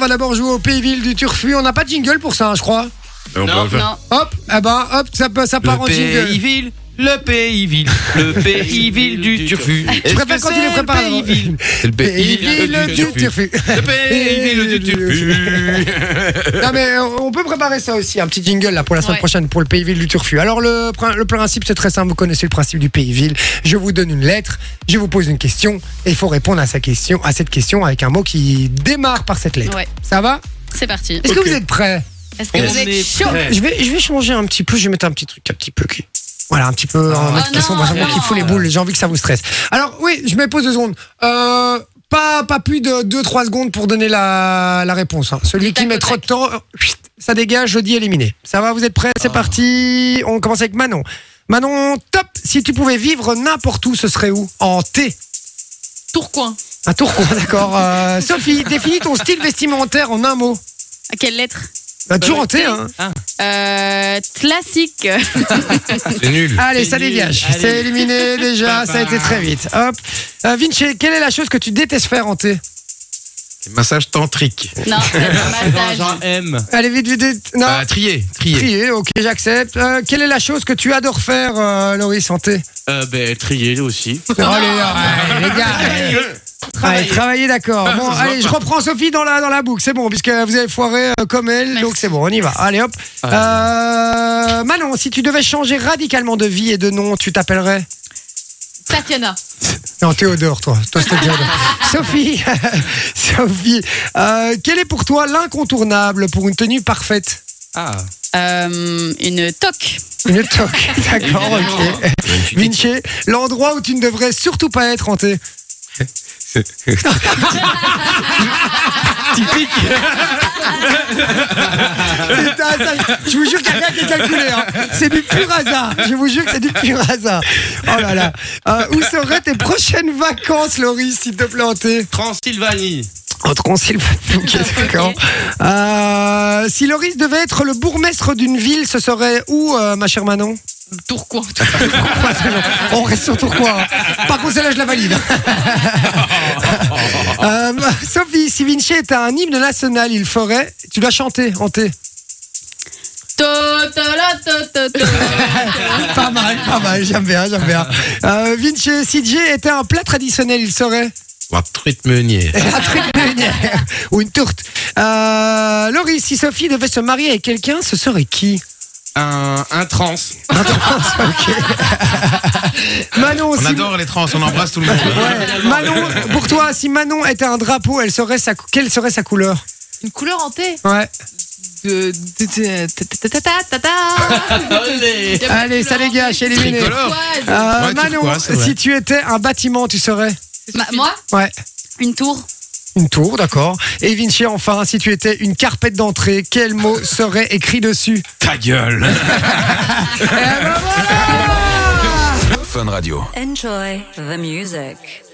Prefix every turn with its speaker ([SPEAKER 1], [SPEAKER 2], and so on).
[SPEAKER 1] va d'abord jouer au Pays-Ville du Turfu. On n'a pas de jingle pour ça, hein, je crois.
[SPEAKER 2] Et on peut
[SPEAKER 3] Non,
[SPEAKER 2] le faire.
[SPEAKER 3] non.
[SPEAKER 1] Hop, eh ben, hop, ça, ça part en
[SPEAKER 4] le
[SPEAKER 1] jingle.
[SPEAKER 4] pays-ville, le pays-ville, le pays-ville du Turfu.
[SPEAKER 1] Je préfère quand il les prépare.
[SPEAKER 4] Le pays-ville,
[SPEAKER 2] C'est le
[SPEAKER 1] Pays-Ville du Turfu.
[SPEAKER 4] le pays-ville du Turfu.
[SPEAKER 1] Non mais euh, on peut préparer ça aussi, un petit jingle là pour la semaine
[SPEAKER 3] Ouais.
[SPEAKER 1] prochaine pour le Pays-Ville du Turfu. Alors le, prin- le principe c'est très simple, vous connaissez le principe du Pays-Ville. Je vous donne une lettre, je vous pose une question et il faut répondre à sa question, à cette question avec un mot qui démarre par cette lettre.
[SPEAKER 3] Ouais.
[SPEAKER 1] Ça va
[SPEAKER 3] C'est parti.
[SPEAKER 1] Est-ce
[SPEAKER 2] Ok.
[SPEAKER 1] que vous êtes prêts
[SPEAKER 3] Est-ce que
[SPEAKER 4] On
[SPEAKER 3] vous
[SPEAKER 4] est
[SPEAKER 3] êtes chaud
[SPEAKER 4] prêt.
[SPEAKER 1] Je vais je vais changer un petit peu, je vais mettre un petit truc un petit peu qui voilà, un petit peu en mode
[SPEAKER 3] Oh
[SPEAKER 1] question
[SPEAKER 3] non,
[SPEAKER 1] vraiment
[SPEAKER 3] non.
[SPEAKER 1] qui fout les boules. J'ai envie que ça vous stresse. Alors, oui, je me pose deux secondes. Euh, pas, pas plus de 2-3 secondes pour donner la, la réponse. hein. Celui
[SPEAKER 3] Tac
[SPEAKER 1] qui
[SPEAKER 3] au
[SPEAKER 1] met trop de
[SPEAKER 3] tac.
[SPEAKER 1] temps, euh, chut, ça dégage, je dis éliminé. Ça va, vous êtes prêts C'est parti. On commence avec Manon. Manon, top Si tu pouvais vivre n'importe où, ce serait où En T.
[SPEAKER 3] Tourcoing.
[SPEAKER 1] Un tour d'accord. Euh, Sophie, définis ton style vestimentaire en un mot.
[SPEAKER 3] À quelle lettre
[SPEAKER 1] Bah, toujours en
[SPEAKER 3] le
[SPEAKER 1] T,
[SPEAKER 3] T.
[SPEAKER 1] hein.
[SPEAKER 3] Euh, Classique.
[SPEAKER 2] C'est nul.
[SPEAKER 1] Allez,
[SPEAKER 4] Allez,
[SPEAKER 1] ça dégage.
[SPEAKER 4] allez.
[SPEAKER 1] C'est éliminé déjà,
[SPEAKER 4] Papa.
[SPEAKER 1] ça a été très vite. Hop. Euh, Vinci, quelle est la chose que tu détestes faire en thé
[SPEAKER 2] Massage tantrique.
[SPEAKER 3] non, c'est
[SPEAKER 4] Genre,
[SPEAKER 3] massage.
[SPEAKER 4] genre M.
[SPEAKER 1] Allez, vite, vite, vite. Non.
[SPEAKER 2] Ah, trier, trier.
[SPEAKER 1] Trier, ok, j'accepte. Euh, quelle est la chose que tu adores faire, euh, Loris, en thé
[SPEAKER 4] Euh, ben, trier aussi.
[SPEAKER 2] Oh,
[SPEAKER 1] Non, allez, ouais, les gars. allez. Allez, travailler, d'accord. Bon,
[SPEAKER 2] Ah, ça se
[SPEAKER 1] allez, je reprends Sophie dans la, dans la boucle, c'est bon, puisque vous avez foiré euh, comme elle,
[SPEAKER 3] Merci.
[SPEAKER 1] donc c'est bon, on y va. Allez, hop. Euh, Manon, si tu devais changer radicalement de vie et de nom, tu t'appellerais
[SPEAKER 3] Tatiana.
[SPEAKER 1] Non, Théodore, toi. Toi, c'était Théodore. Sophie, Sophie, euh, quel est pour toi l'incontournable pour une tenue parfaite
[SPEAKER 4] Ah.
[SPEAKER 3] Euh, une toque.
[SPEAKER 1] Une toque, d'accord,
[SPEAKER 4] Évidemment.
[SPEAKER 1] ok. Vinci, l'endroit où tu ne devrais surtout pas être hanté.
[SPEAKER 4] Typique.
[SPEAKER 1] Je vous jure qu'il n'y a rien qui est calculé. hein. C'est du pur hasard. Je vous jure que c'est du pur hasard. Oh là là. Euh, où seraient tes prochaines vacances, Laurie, s'il te plaît, hanté
[SPEAKER 4] Transylvanie.
[SPEAKER 1] Entre Transylvanie. Ok, d'accord. Euh, si Loris devait être le bourgmestre d'une ville, ce serait où, euh, ma chère Manon
[SPEAKER 3] Tourcoing.
[SPEAKER 1] On reste sur Tourcoing. hein. Par contre, celle-là, je la valide. Euh, Sophie, si Vinci était un hymne national, il ferait. Tu dois chanter en T.
[SPEAKER 3] To, to, la, to, to, to.
[SPEAKER 1] Pas mal, pas mal, j'aime bien, j'aime bien. Euh, Vinci, si Jay était un plat traditionnel, il serait.
[SPEAKER 2] Un truite meunier.
[SPEAKER 1] Un truc de lumière. Ou une tourte. Euh, Laurie, si Sophie devait se marier avec quelqu'un, ce serait qui
[SPEAKER 4] Un, un trans.
[SPEAKER 1] Manon,
[SPEAKER 2] On
[SPEAKER 1] si-
[SPEAKER 2] adore les trans, on embrasse tout le monde.
[SPEAKER 1] Ouais. Manon, pour toi, si Manon était un drapeau, elle serait sa, quelle serait sa couleur
[SPEAKER 5] Une couleur hantée.
[SPEAKER 1] Ouais.
[SPEAKER 5] De- de- de- ta- ta- ta- ta- ta- ta.
[SPEAKER 4] Allez.
[SPEAKER 3] J'aime
[SPEAKER 1] Allez,
[SPEAKER 3] beaucoup
[SPEAKER 1] ça
[SPEAKER 3] leur-
[SPEAKER 1] dégage, c'est éliminé.
[SPEAKER 2] Tricolore.
[SPEAKER 3] Turquoise.
[SPEAKER 1] Euh,
[SPEAKER 2] Ouais,
[SPEAKER 1] Manon,
[SPEAKER 2] turquoise, c'est vrai.
[SPEAKER 1] si tu étais un bâtiment, tu serais
[SPEAKER 3] Ma- moi,
[SPEAKER 1] Ouais.
[SPEAKER 3] une tour.
[SPEAKER 1] Une tour, d'accord. Et Vinci, enfin, si tu étais une carpette d'entrée, quel mot serait écrit dessus
[SPEAKER 2] Ta gueule.
[SPEAKER 6] Enjoy the music.